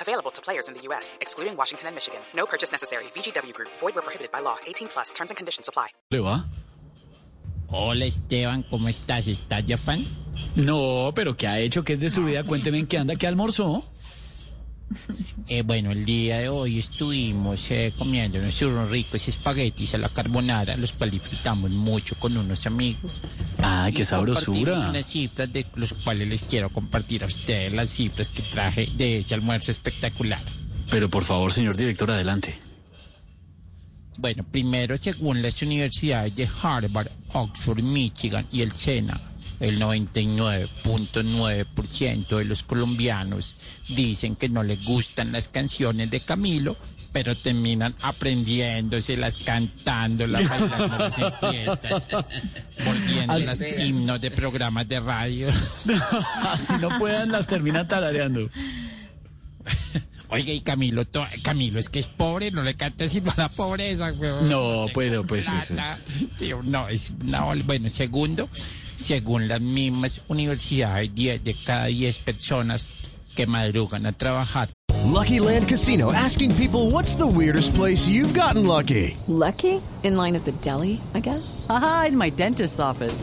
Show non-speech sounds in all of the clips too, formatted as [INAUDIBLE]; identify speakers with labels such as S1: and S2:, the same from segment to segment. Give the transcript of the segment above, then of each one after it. S1: Available to players in the U.S., excluding Washington and Michigan. No purchase necessary. VGW Group, void were prohibited by law. 18 plus terms and conditions apply.
S2: ¿Le va?
S3: Hola Esteban, ¿cómo estás? ¿Estás de afán?
S2: No, pero ¿qué ha hecho? ¿Qué es de su vida? Cuénteme en qué anda, qué almorzó.
S3: Eh, bueno, el día de hoy estuvimos eh, comiéndonos unos ricos espaguetis a la carbonara, los palifritamos mucho con unos amigos.
S2: Ay,
S3: Y
S2: qué
S3: compartimos
S2: sabrosura.
S3: unas cifras de los cuales les quiero compartir a ustedes las cifras que traje de ese almuerzo espectacular.
S2: Pero por favor, señor director, adelante.
S3: Bueno, primero, según las universidades de Harvard, Oxford, Michigan y el SENA, el 99.9% de los colombianos dicen que no les gustan las canciones de Camilo, pero terminan aprendiéndoselas, cantándolas, bailándolas en fiestas, volviéndolas himnos de programas de
S2: [LAUGHS]
S3: radio. [LAUGHS]
S2: Así no puedan, las termina tarareando.
S3: Oiga, y Camilo, to- Camilo es que es pobre, no le canta sino a la pobreza, weón.
S2: No, pero pues eso
S3: plata. [LAUGHS] Tío, no, es una ol- Bueno, segundo, según las mismas universidades, 10 de cada 10 personas que madrugan a trabajar
S4: Lucky Land Casino asking people what's the weirdest place you've gotten lucky?
S5: Lucky? In line at the deli, I guess?
S6: Aha, in my dentist's office.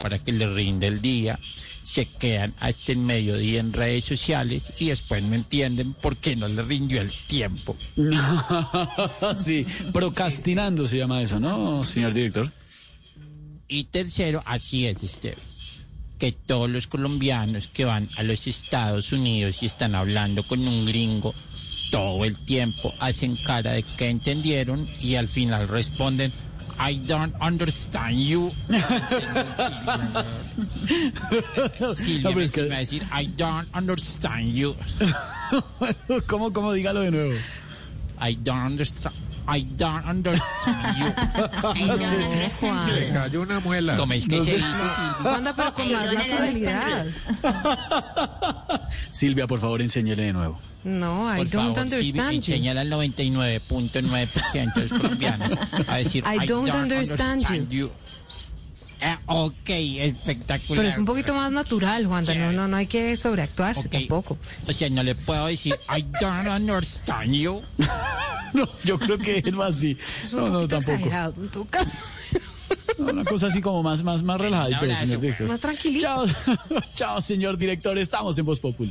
S3: para que les rinde el día, se quedan hasta el mediodía en redes sociales y después no entienden por qué no les rindió el tiempo.
S2: Ah, sí, procrastinando se llama eso, ¿no, señor director?
S3: Y tercero, así es, Esteban, que todos los colombianos que van a los Estados Unidos y están hablando con un gringo todo el tiempo hacen cara de que entendieron y al final responden, I don't understand
S2: [LAUGHS]
S3: you. Silvia
S2: No, pero es
S3: me
S2: que-
S3: va a decir, I don't understand you.
S2: [LAUGHS] ¿Cómo, cómo? Dígalo de nuevo.
S3: I don't understand. I don't understand you.
S7: cayó una muela.
S3: ¿Cómo es que se dice?
S2: Silvia, por favor, enséñele de nuevo.
S8: No, I
S3: Por favor,
S8: don't
S3: sí,
S8: understand you.
S3: enseñala al 99.9% de los
S8: [LAUGHS]
S3: colombianos a decir
S8: I don't understand
S3: you". Eh, ok, espectacular.
S8: Pero es un poquito más natural, Juanda. No, no, no hay que sobreactuarse
S3: Ok.
S8: tampoco.
S3: O sea, no le puedo decir I don't understand you.
S2: No, yo creo que él va así.
S8: Es un
S2: No, no,
S8: poquito
S2: tampoco.
S8: exagerado. En tu caso.
S2: Una cosa así como más, más, más relajadita,
S3: abrazo,
S2: señor director.
S8: Más tranquilito.
S2: Chao, [LAUGHS] chao, señor director. Estamos en Voz Populi.